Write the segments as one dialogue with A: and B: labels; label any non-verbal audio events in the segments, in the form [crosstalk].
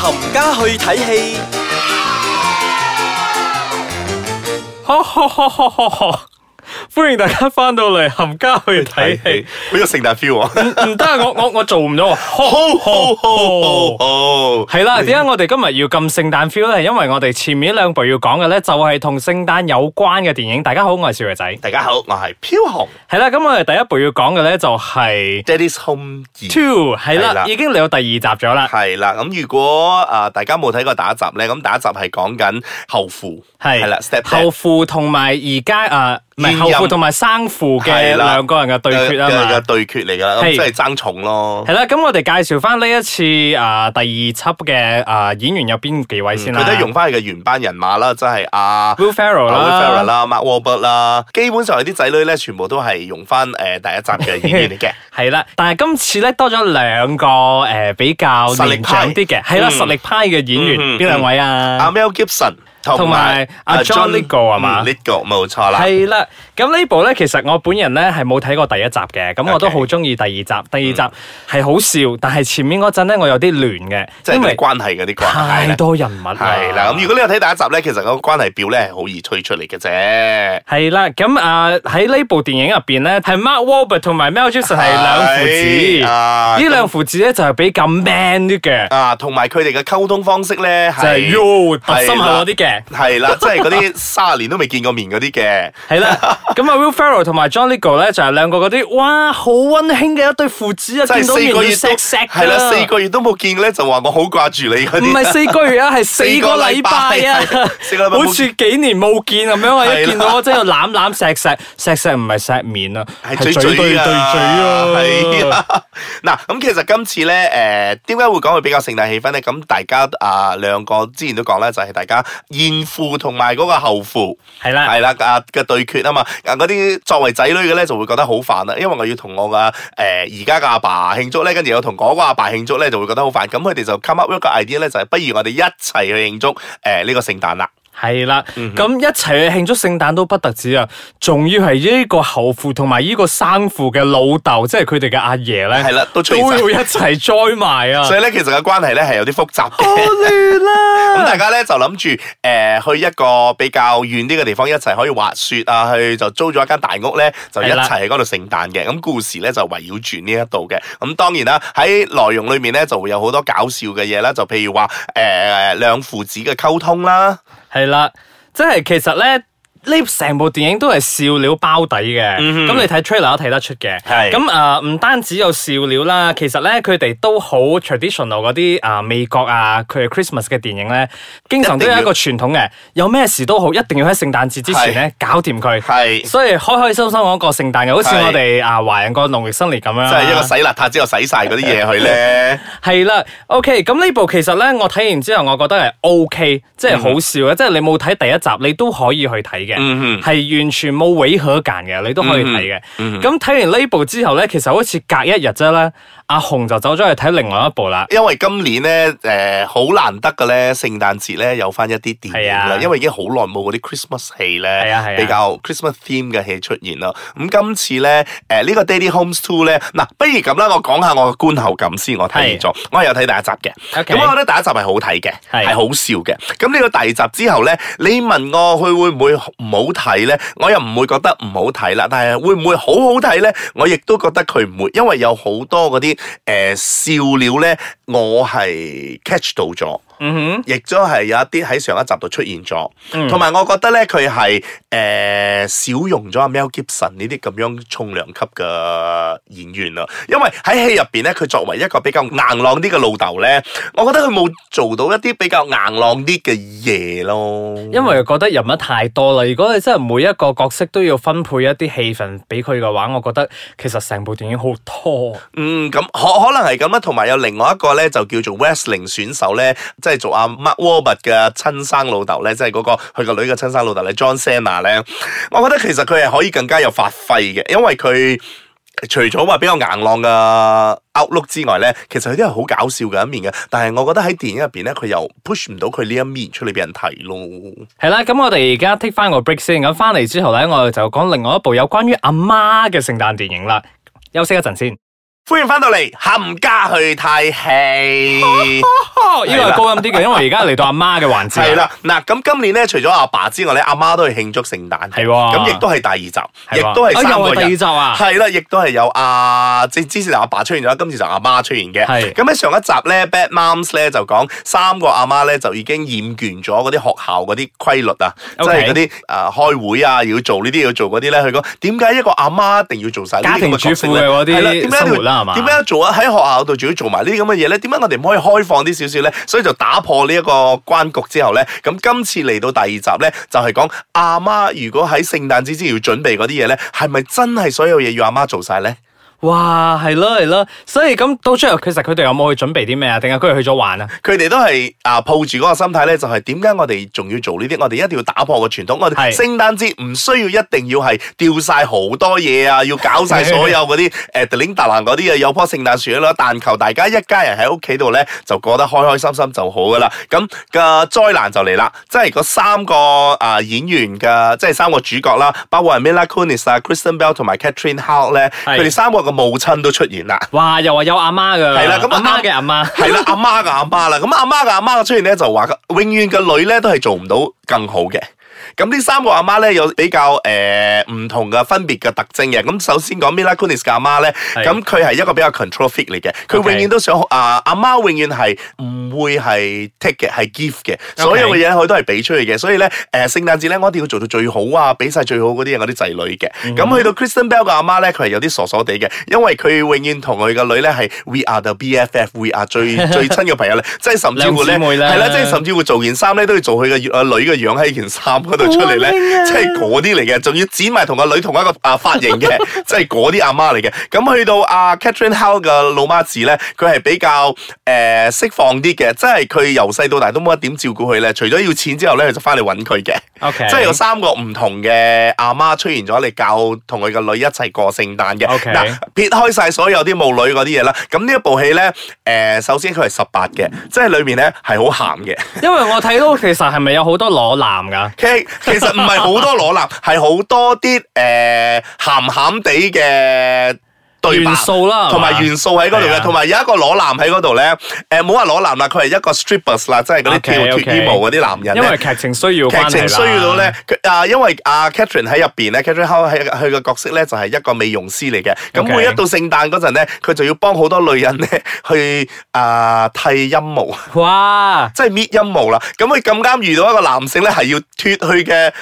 A: 冚家去睇戲，
B: [laughs] 歡迎大家翻到嚟冚家去睇戲，
C: 好有聖誕 feel 啊！
B: [laughs] 唔得啊！我我我做唔到啊！
C: [laughs]
B: [laughs]
C: 好好好好，
B: 係啦，點解我哋今日要咁聖誕 feel 咧？因為我哋前面兩部要講嘅咧，就係同聖誕有關嘅電影。大家好，我係少爺仔。
C: 大家好，我係飄紅
B: 係啦，咁我哋第一部要講嘅咧就係
C: Daddy's Home 二。
B: Two，係
C: 係
B: 啦，
C: 啦
B: 已經嚟到第二集咗啦。
C: 係啦，咁如果啊、大家冇睇過打集咧，咁打集係講緊後父，
B: 係
C: 係啦，step dad
B: 後父同埋而家啊，唔係
C: 現
B: 後
C: 任
B: 父同埋生父嘅
C: 係啦
B: 兩個人嘅對決啊
C: 嘅
B: 嘛
C: 嘅。對決嚟㗎啦，
B: 係
C: 咁真係爭重咯
B: 係。啦，咁我哋介紹翻呢一次啊、第二輯嘅啊演員有邊幾位先
C: 嗯
B: 啦？
C: 佢都係用翻佢嘅原班人馬啦，即係阿
B: Will Ferrell
C: 啊 Will Ferrell
B: 啦，
C: 啦、Mark Wahlberg 啦，基本上佢啲仔女咧，全部都係用翻誒第一集嘅演員
B: [laughs]
C: 嚟嘅。 [laughs]
B: 係啦，但係今次咧多咗兩個诶、呃比較
C: 實力
B: 年長啲嘅，係啦，
C: 嗯
B: 實力派嘅演員
C: 嗯嗯
B: 邊兩位啊
C: 阿？Mel Gibson Ờ,
B: 同
C: 同
B: 埋
C: 埋
B: 阿 John Lithgow 係嘛
C: l i g o 冇錯啦。
B: 係啦，咁呢部咧，其實我本人咧係冇睇過第一集嘅，咁我都
C: OK 嗯
B: 好中意第二集。第二集係好笑，但係前面嗰陣咧我有啲亂
C: 即
B: 嘅，
C: 係
B: 因
C: 嗰啲
B: 為
C: 關係嗰啲關係
B: 太
C: 咧。
B: 多人物啦。
C: 係啦，咁如果你有睇第一集咧，其實個關係表咧係好易推出嚟嘅啫。
B: 系啦，咁啊喺呢部電影入边咧，係 Mark Wahlberg 同埋 Mel Gibson 係兩父子，
C: 係啊
B: 呢兩父子咧就係比較 man 啲嘅，
C: 啊，同埋佢哋嘅溝通方式咧
B: 就係
C: 係
B: yo 揼心口嗰啲嘅。
C: [laughs] 係啦，即係嗰啲三十年都未見過面嗰啲嘅。
B: 係啦，咁啊 Will Ferrell 同埋 John Lithgow 咧就係兩個嗰啲，哇，好温馨嘅一對父子啊，
C: 即係
B: 見到面
C: 四
B: 要
C: 個月都
B: 錫錫㗎
C: 係啦，四個月都冇見咧，就話我好掛住你嗰
B: 唔係
C: [laughs] 啲。
B: 四個月啊，係四個 [laughs] 禮拜啊
C: 四個禮拜，四個禮拜冇
B: 好似幾年冇見咁樣啊！
C: 係啦
B: 一見到我真係攬攬錫錫，錫錫唔係錫面啊，
C: 係
B: 嘴
C: 嘴
B: 對
C: 嘴
B: 對嘴
C: 係
B: 啊！
C: 啊！ [laughs] 嗱，咁其實今次咧，誒、點解會講佢比較盛大氣氛咧？咁大家啊、兩個之前都講咧，就係、大家現父同埋嗰個後父。
B: 係啦，
C: 係啦，啊嘅對決啊嘛，啊嗰啲作為仔女嘅咧就會覺得好煩啦，因為我要同我嘅誒而家嘅阿爸慶祝咧，跟住又同嗰個阿爸慶祝咧，就會覺得好煩。咁佢哋就 come up 一個 idea 咧，就係不如我哋一齊去慶祝誒呢、個聖誕啦。
B: 係啦，
C: 嗯
B: 咁一齊去慶祝聖誕都不特止啊，仲要係呢個後父同埋呢個生父嘅老豆，即係佢哋嘅阿爺咧，
C: 係啦都出現
B: 都
C: 晒
B: 要一齊 join 埋啊！
C: 所以咧，其實嘅關係咧係有啲複雜嘅。 [laughs]
B: 亂啊
C: 咁
B: 啦！
C: 大家咧就諗住誒去一個比較遠啲嘅地方一齊可以滑雪啊，去就租咗一間大屋咧，就一
B: 係啦
C: 齊喺嗰度聖誕嘅。咁故事咧就圍繞住呢一度嘅。咁當然啦，喺內容裏面咧就會有好多搞笑嘅嘢啦，就譬如話誒兩父子嘅溝通啦，
B: 係啦，即係其實咧。呢成部電影都係笑料包底嘅，咁、你睇 trailer 都睇得出嘅。
C: 嗯係
B: 咁啊，唔、單止有笑料啦，其實咧佢哋都好 traditional 嗰啲啊美國啊佢嘅 Christmas 嘅電影咧，經常都有一個傳統嘅，有咩事都好，一定要喺聖誕節之前咧搞掂佢。
C: 係
B: 所以開開心心講過聖誕嘅，好似
C: 係
B: 我哋啊華人個農曆新年咁樣啊
C: 即
B: 啦。
C: 係一個洗邋遢之後洗晒嗰啲嘢去咧。
B: 係啦，OK，咁呢部其實咧，我睇完之後，我覺得係 OK，即係好笑啊嘅，即係你冇睇第一集，你都可以去睇嘅，係、
C: 嗯
B: 完全冇違和感嘅，你都可以睇嘅。
C: 嗯
B: 咁睇、完呢部之後咧，其實好似隔一日啫啦，阿紅就走咗去睇另外一部啦。
C: 因為今年咧，誒、好難得嘅咧，聖誕節咧有翻一啲電影
B: 係
C: 啦，
B: 啊
C: 因為已經好耐冇嗰啲 Christmas 戲咧，
B: 係啊係啊
C: 比較 Christmas theme 嘅戲出現啦。咁、今次咧，誒、呢、個 Daddy Homes Two 咧，嗱，不如咁啦，我講下我嘅觀後感先。我睇咗，我係有睇第一集嘅，咁
B: OK
C: 我覺得第一集係好睇嘅，係
B: 係
C: 好笑嘅。咁呢個第二集之後咧，你問我佢會唔會唔好睇咧？我又唔會覺得唔好睇啦，但係會唔會好好睇咧？我亦都覺得佢唔會，因為有好多嗰啲誒笑料咧，我係 catch 到咗。
B: 嗯
C: 亦都係有一啲喺上一集度出現咗
B: 嗯，
C: 同埋、我覺得咧佢係誒少用咗阿 Mel Gibson 呢啲咁樣重量級嘅演員啦，因為喺戲入邊咧，佢作為一個比較硬朗啲嘅老豆咧，我覺得佢冇做到一啲比較硬朗啲嘅嘢咯。
B: 哼，因為覺得人物太多啦，如果你真係每一個角色都要分配一啲戲份俾佢嘅話，我覺得其實成部電影好拖。
C: 嗯，咁可可能係咁啊啦，同埋有另外一個咧就叫做 wrestling 選手咧，即係做阿 Mark Wahlberg 嘅親生老豆咧，即係嗰、個佢個女嘅親生老豆咧，John Cena 咧，我覺得其實佢係可以更加有發揮嘅，因為佢除咗話比較硬朗嘅 outlook 之外咧，其實佢都係好搞笑嘅一面嘅，但係我覺得喺電影入邊咧，佢又 push 唔到佢呢一面出嚟俾人睇咯。
B: 係啦，咁我哋而家 take 翻個 break 先，咁翻嚟之後咧，我哋就講另外一部有關於阿媽嘅聖誕電影啦。休息一陣先。
C: 歡迎翻到嚟，冚家去睇戲。 [laughs]
B: 錯，呢個係高音啲嘅，因為而家嚟到阿媽嘅環節。
C: 系，啦，嗱，咁今年咧，除咗阿爸之外咧，阿媽都係慶祝聖誕，
B: 係喎
C: 咁亦都係第二集，
B: 係喎
C: 亦都係
B: 啊
C: 三
B: 又
C: 個
B: 係第二
C: 人。
B: 集啊，
C: 係啦，亦都係有阿即係之前阿爸出現咗，今次就阿媽出現嘅。
B: 係
C: 咁喺上一集咧，Bad Moms 咧就講三個阿媽咧就已經厭倦咗嗰啲學校嗰啲規律啊，即
B: OK
C: 係嗰啲啊開會啊要做呢啲要做嗰啲咧。佢講點解一個阿媽一定要做晒呢
B: 家
C: 啲咁
B: 庭
C: 嘅
B: 主
C: 角色
B: 婦
C: 咧
B: 嘅嗰
C: 係啦點
B: 啲
C: 解
B: 生
C: 你
B: 活啦，係嘛？
C: 點解做啊？喺學校度仲要做埋呢啲咁嘅嘢咧？點解我哋唔可以開放啲少少咧？所以就打破呢一個關局之後咧，咁今次嚟到第二集咧，就係講阿媽如果喺聖誕之前要準備嗰啲嘢咧，係咪真係所有嘢要阿媽做晒咧？
B: 哇，係咯係咯，所以咁到最後其實佢哋有冇去準備啲咩啊？定係佢哋去咗玩啊？
C: 佢哋都係啊抱住嗰個心態咧，就係點解我哋仲要做呢啲？我哋一定要打破個傳統。我哋
B: 係
C: 聖誕節唔需要一定要係吊晒好多嘢啊，要搞晒所有嗰
B: [laughs]
C: 啲誒叮叮達蘭嗰啲啊，有棵聖誕樹啦，但求大家一家人喺屋企度咧就過得開開心心就好噶啦。咁個災難就嚟啦，即係嗰三個啊、演員嘅，即係三個主角啦，包括係 Mila Kunis 啊、Kristen Bell 同埋 Catherine Hall 咧，佢
B: 係
C: 哋三個嘅母親都出現啦。
B: 哇，又話有阿媽㗎，
C: 係啦咁
B: 阿
C: 阿
B: 媽嘅阿媽。
C: 系啦，阿媽嘅阿媽啦，咁阿媽嘅阿媽嘅出現咧就話，永遠個女咧都係做唔到更好嘅。咁呢三個阿媽咧有比較诶唔、同嘅分別嘅特徵嘅。咁首先講 Mila Kunis 嘅阿媽咧，
B: 係
C: 咁佢係一個比較 control freak 嚟嘅，佢
B: OK
C: 永遠都想啊阿媽永遠係唔會係 take 嘅，係 give 嘅，所有嘅
B: OK
C: 嘢佢都係俾出去嘅。所以咧诶、呃、聖誕節咧我一定要做到最好啊，俾晒最好嗰啲嘢我啲仔女嘅。
B: 嗯
C: 咁、去到 Kristen Bell 嘅阿媽咧，佢係有啲傻傻地嘅，因為佢永遠同佢個女咧係 We are the BFF，We are
B: [laughs]
C: 最最親嘅朋友咧，即係甚至乎咧
B: 兩姊妹啦
C: 係啦，即係甚至乎做件衫咧都要做佢嘅阿女嘅樣喺件衫嗰度出嚟咧，即係嗰啲嚟嘅，仲要剪埋同個女同一個啊髮型嘅，即係嗰啲阿媽嚟嘅。咁去到阿 Catherine Howe 嘅老媽子咧，佢係比較誒釋放啲嘅，即係佢由細到大都冇乜點照顧佢咧，除咗要錢之後咧，佢就翻嚟揾佢嘅。
B: O K，
C: 即係有三個唔同嘅阿媽出現咗，你教同佢個女一齊過聖誕嘅。
B: OK
C: 撇開晒所有啲母女嗰啲嘢啦，咁呢一部戲咧，誒、呃首先佢係十八嘅，即係裏面咧係好鹹嘅。
B: 因為我睇到其實係咪有好多裸男㗎？
C: 其實其實唔係好多裸
B: [laughs]
C: 男，係好多啲誒、呃鹹鹹地嘅對白
B: 元。素啦，
C: 同埋元素喺嗰度
B: 係
C: 嘅，
B: 啊
C: 同埋有一個裸男喺嗰度咧，誒冇話裸男啦，佢係一個 strippers 啦，即係嗰啲跳
B: OK，OK
C: 脱衣舞嗰啲男人
B: 因
C: 咧
B: 為。劇情需要關係啦，
C: 劇情需要到咧，佢啊，因為阿 Catherine 喺入邊咧，Catherine Howe 喺佢嘅角色咧就係一個美容師嚟嘅。咁
B: OK
C: 每一到聖誕嗰陣咧，佢就要幫好多女人咧去啊剃陰毛，
B: 哇！
C: 即係搣陰毛啦。咁佢咁啱遇到一個男性咧，係要脱佢嘅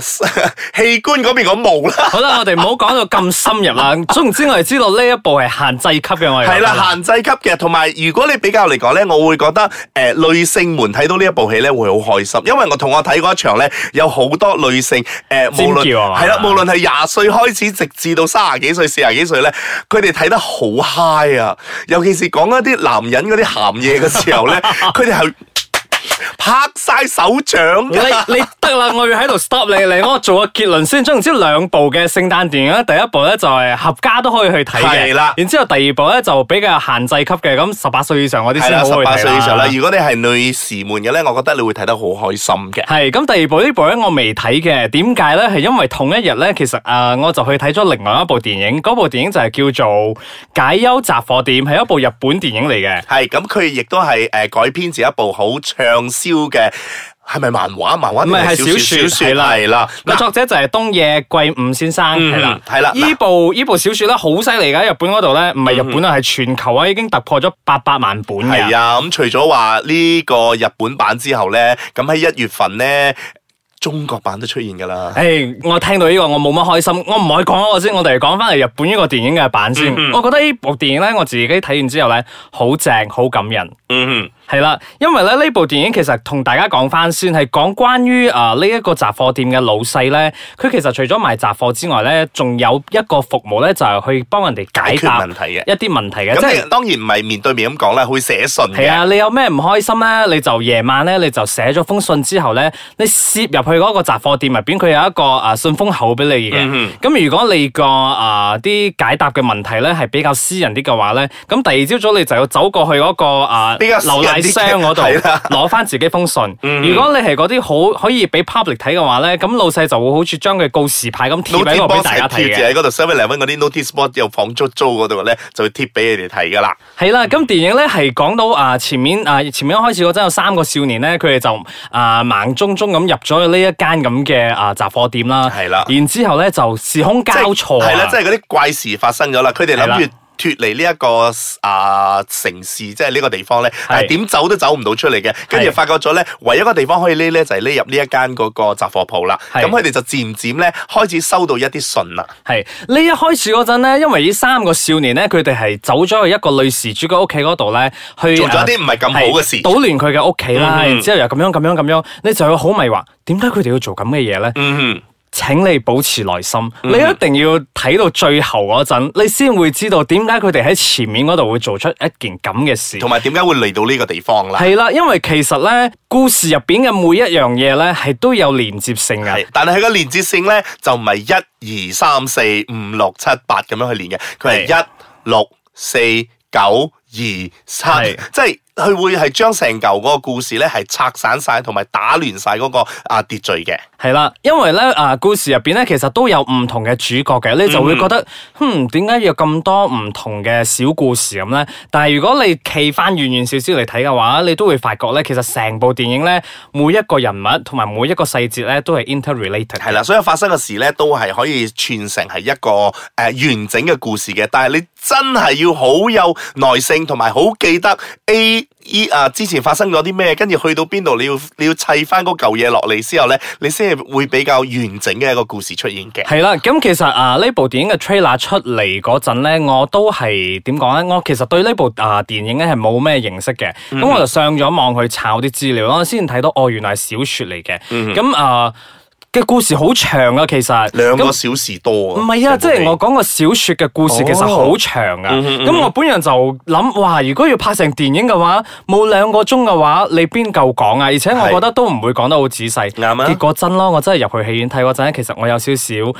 C: 誒 [laughs] 器官嗰邊個毛啦，
B: 好啦，我哋唔好講到咁深
C: [laughs]
B: 入啦。總之，我哋知道呢一部係限制級嘅，我哋
C: 係
B: 覺得
C: 啦，限制級嘅。同埋如果你比較嚟講咧，我會覺得誒、呃女性們睇到呢一部戲咧會好開心，因為我同我睇嗰一場咧有好多女性誒、呃，無論
B: 尖叫啊
C: 係啦，無論係廿歲開始，直至到三十幾歲、四十幾歲咧，佢哋睇得好 high 啊！尤其是講一啲男人嗰啲鹹嘢嘅時 [laughs] 候咧，佢哋係拍晒手掌㗎
B: 你你得啦，我要喺度 stop 你嚟，我做個結論先。總言之，兩部嘅聖誕電影咧，第一部咧就係合家都可以去睇嘅，
C: 係啦
B: 然之後第二部咧就比較限制級嘅，咁十八歲以上嗰啲
C: 係
B: 先
C: 啦，
B: 好
C: 十
B: 去
C: 八歲以上啦。
B: 睇啦。
C: 如果你係女士們嘅咧，我覺得你會睇得好開心嘅。
B: 係咁，第二部呢部咧我未睇嘅，點解咧？係因為同一日咧，其實啊、呃我就去睇咗另外一部電影，嗰部電影就係叫做《解憂雜貨店》，係一部日本電影嚟嘅。
C: 係咁，佢亦都係誒改編自一部好暢銷嘅，係咪漫畫？漫畫
B: 唔係係
C: 定
B: 小
C: 小
B: 說
C: 説
B: 係啦
C: 係啦。
B: 個
C: 嗱
B: 作者就係東野圭吾先生，
C: 嗯
B: 係啦，
C: 係啦嗱嗯
B: 依部依部小説咧好犀利㗎，喺日本嗰度咧，唔係日本啊，係全球啊，已經突破咗八百萬本
C: 係
B: 嘅。
C: 啊，咁除咗話呢個日本版之後咧，咁喺一月份咧，中國版都出現㗎啦。
B: 誒，我聽到呢個我冇乜開心，我唔可以講嗰個先，我哋講翻嚟日本呢個電影嘅版
C: 嗯
B: 先。我覺得呢部電影咧，我自己睇完之後咧，好正，好感人。
C: 嗯
B: 係啦，因為咧呢部電影其實同大家講翻先，係講關於啊呢一個雜貨店嘅老細咧，佢其實除咗賣雜貨之外咧，仲有一個服務咧，就係、去幫人哋
C: 解
B: 解
C: 決
B: 答
C: 問題嘅
B: 一啲問題嘅，即
C: 咁
B: 係
C: 你。當然唔係面對面咁講啦，會寫信
B: 係
C: 嘅。
B: 啊，你有咩唔開心咧？你就夜晚咧，你就寫咗封信之後咧，你攝入去嗰個雜貨店入邊，佢有一個啊信封口俾你嘅。
C: 嗯
B: 咁如果你個啊啲解答嘅問題咧係比較私人啲嘅話咧，咁第二朝早你就要走過去嗰個啊
C: 比較私人啲嘅
B: 瀏覽箱嗰度
C: 係啦嗯
B: 攞翻自己封信。如果你係嗰啲好可以俾 public 睇嘅話咧，咁老細就會好似將佢告示牌咁貼喺
C: notice
B: 度俾
C: board
B: 大
C: 係
B: 家
C: 貼
B: 睇
C: 住
B: 嘅。
C: 喺嗰度 s e v e l e v e n 嗰啲 notice board 又放租租嗰度咧，就會貼俾你哋睇噶啦。
B: 係啦，咁電影咧係講到啊前面啊前面一開始嗰陣有三個少年咧，佢哋就啊盲中中咁入咗去呢一間咁嘅啊雜貨店啦，
C: 係啦
B: 然之後咧就時空交錯啊，
C: 係啦，即係嗰啲怪事發生咗啦，佢哋
B: 係啦
C: 諗住。脱離呢一個啊、城市，即係呢個地方咧，但係點走都走唔到出嚟嘅。跟住
B: 係
C: 發覺咗咧，唯一一個地方可以匿咧，就係匿入呢一間嗰個雜貨鋪啦。
B: 係
C: 咁佢哋就漸漸咧開始收到一啲信啦。
B: 係呢一開始嗰陣咧，因為呢三個少年咧，佢哋係走咗去一個女事主嘅屋企嗰度咧，去啊
C: 做咗一啲唔係咁好嘅事
B: 係搗亂佢嘅屋企啦，
C: 嗯
B: 然之後又咁樣咁樣咁樣，你就會好迷惑，點解佢哋要做咁嘅嘢咧？
C: 嗯，
B: 請你保持耐心，你一定要睇到最後嗰陣，你先會知道點解佢哋喺前面嗰度會做出一件咁嘅事。
C: 同埋點解會嚟到呢個地方啦？
B: 係啦，因為其實咧，故事入邊嘅每一樣嘢咧，係都有連接性啊嘅。
C: 係，但係佢個連接性咧就唔係一二三四五六七八咁樣去連嘅，佢係一六四九二七，
B: 係
C: 即係佢會係將成嚿嗰個故事咧係拆散晒，同埋打亂晒嗰個啊秩序嘅。
B: 係啦，因為咧啊，故事入邊咧其實都有唔同嘅主角嘅，你就會覺得，哼，點解有咁多唔同嘅小故事咁咧？但係如果你企翻遠遠少少嚟睇嘅話，你都會發覺咧，其實成部電影咧，每一個人物同埋每一個細節咧，都係 interrelated
C: 係啦，所有發生嘅事咧，都係可以串成係一個誒、呃完整嘅故事嘅。但係你真係要好有耐性，同埋好記得 A E 啊之前發生咗啲咩，跟住去到邊度，你要你要砌翻嗰嚿嘢落嚟之後咧，你先係會比較完整嘅一個故事出現嘅。
B: 係啦，咁其實啊呢部電影嘅 trailer 出嚟嗰陣咧，我都係點講咧？我其實對呢部啊電影咧係冇咩認識嘅，咁、
C: 嗯
B: 我就上咗網去抄啲資料啦，先睇到哦，原來係小説嚟嘅。
C: 嗯
B: 咁啊嘅故事好長啊，其實
C: 兩個
B: 咁
C: 小時多
B: 唔
C: 啊！
B: 係啊，即
C: 成部戲哦
B: 係
C: 嗯
B: 我講個小説嘅故事其實好長啊。咁、我本人就諗，哇！如果要拍成電影嘅話，冇兩個鐘嘅話，你邊夠講啊？而且我
C: 係
B: 覺得都唔會講得好仔細。
C: 啱啊
B: 結果真咯，我真係入去戲院睇嗰陣，其實我有少少誒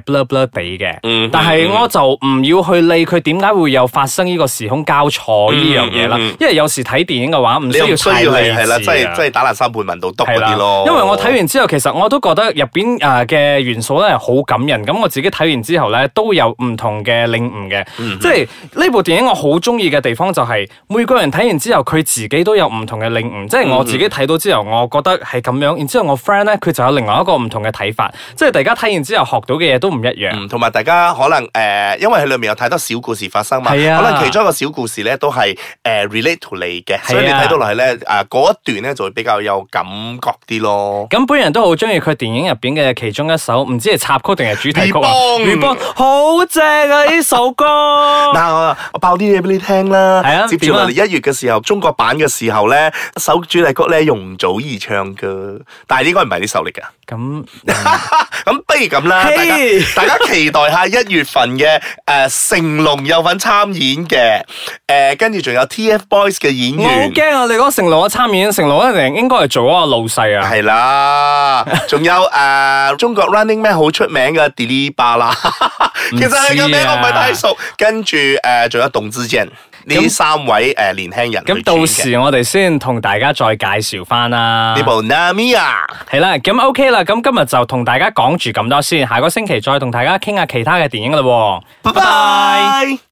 B: blur blur 地嘅，
C: 嗯
B: 但係我就唔要去理佢點解會有發生呢個時空交錯呢樣嘢啦。
C: 嗯嗯嗯
B: 因為有時睇電影嘅話，唔
C: 你
B: 需
C: 又
B: 要
C: 唔需
B: 太
C: 要係
B: 理
C: 係啦，即
B: 智
C: 係
B: 啊
C: 即係打爛三半文到篤
B: 係
C: 嗰
B: 啦
C: 啲咯。，
B: 因為我睇完之後，其實我都覺得入邊誒嘅元素咧係好感人。咁我自己睇完之後咧，都有唔同嘅領悟嘅。
C: 嗯
B: 即係呢部電影我好中意嘅地方就係、每個人睇完之後，佢自己都有唔同嘅領悟。即係我自己睇到之後，我覺得係咁樣。然之後我 friend 咧，佢就有另外一個唔同嘅睇法。即係大家睇完之後學到嘅嘢都唔一樣。
C: 嗯，同埋大家可能誒、呃因為佢裏面有太多小故事發生嘛，
B: 係啊
C: 可能其中一個小故事咧都係誒、呃 relate to 你嘅，所以你
B: 係啊
C: 睇到落去咧誒嗰一段咧就會比較有感覺啲咯。
B: 咁本人都好中意佢電影入邊嘅其中一首，唔知係插曲定係主題曲啊
C: Reborn
B: Reborn，好正啊！呢首歌。
C: 嗱，我我爆啲嘢俾你聽啦。
B: 係啊
C: 接住
B: 點啊
C: 落嚟一月嘅時候，中國版嘅時候咧，首主題曲咧容祖兒唱嘅，但係應該唔係呢首嚟㗎。
B: 咁
C: [laughs] 咁不如咁啦，大家
B: 嗯嘿
C: 大家期待下一月份嘅誒、呃成龍有份參演嘅，誒跟住仲有 TFBOYS 嘅演
B: 我好
C: 員。
B: 驚啊！你講成龍嘅參演，成龍一定應該係做嗰個老細啊。
C: 系啦，仲有诶、呃中國 Running Man 好出名嘅 d i l i b a 啦，其
B: 啊
C: 實佢個名我唔係太熟。跟住诶，呃仲、有董之健呢三位诶、呃年輕人去
B: 咁到
C: 轉嘅
B: 時啊我哋先同大家再介紹翻啦
C: 呢。部 Namia
B: 係啦，咁 OK 啦，咁今日就同大家講住咁多先，下個星期再同大家傾下其他嘅電影啦喎。
C: 拜拜。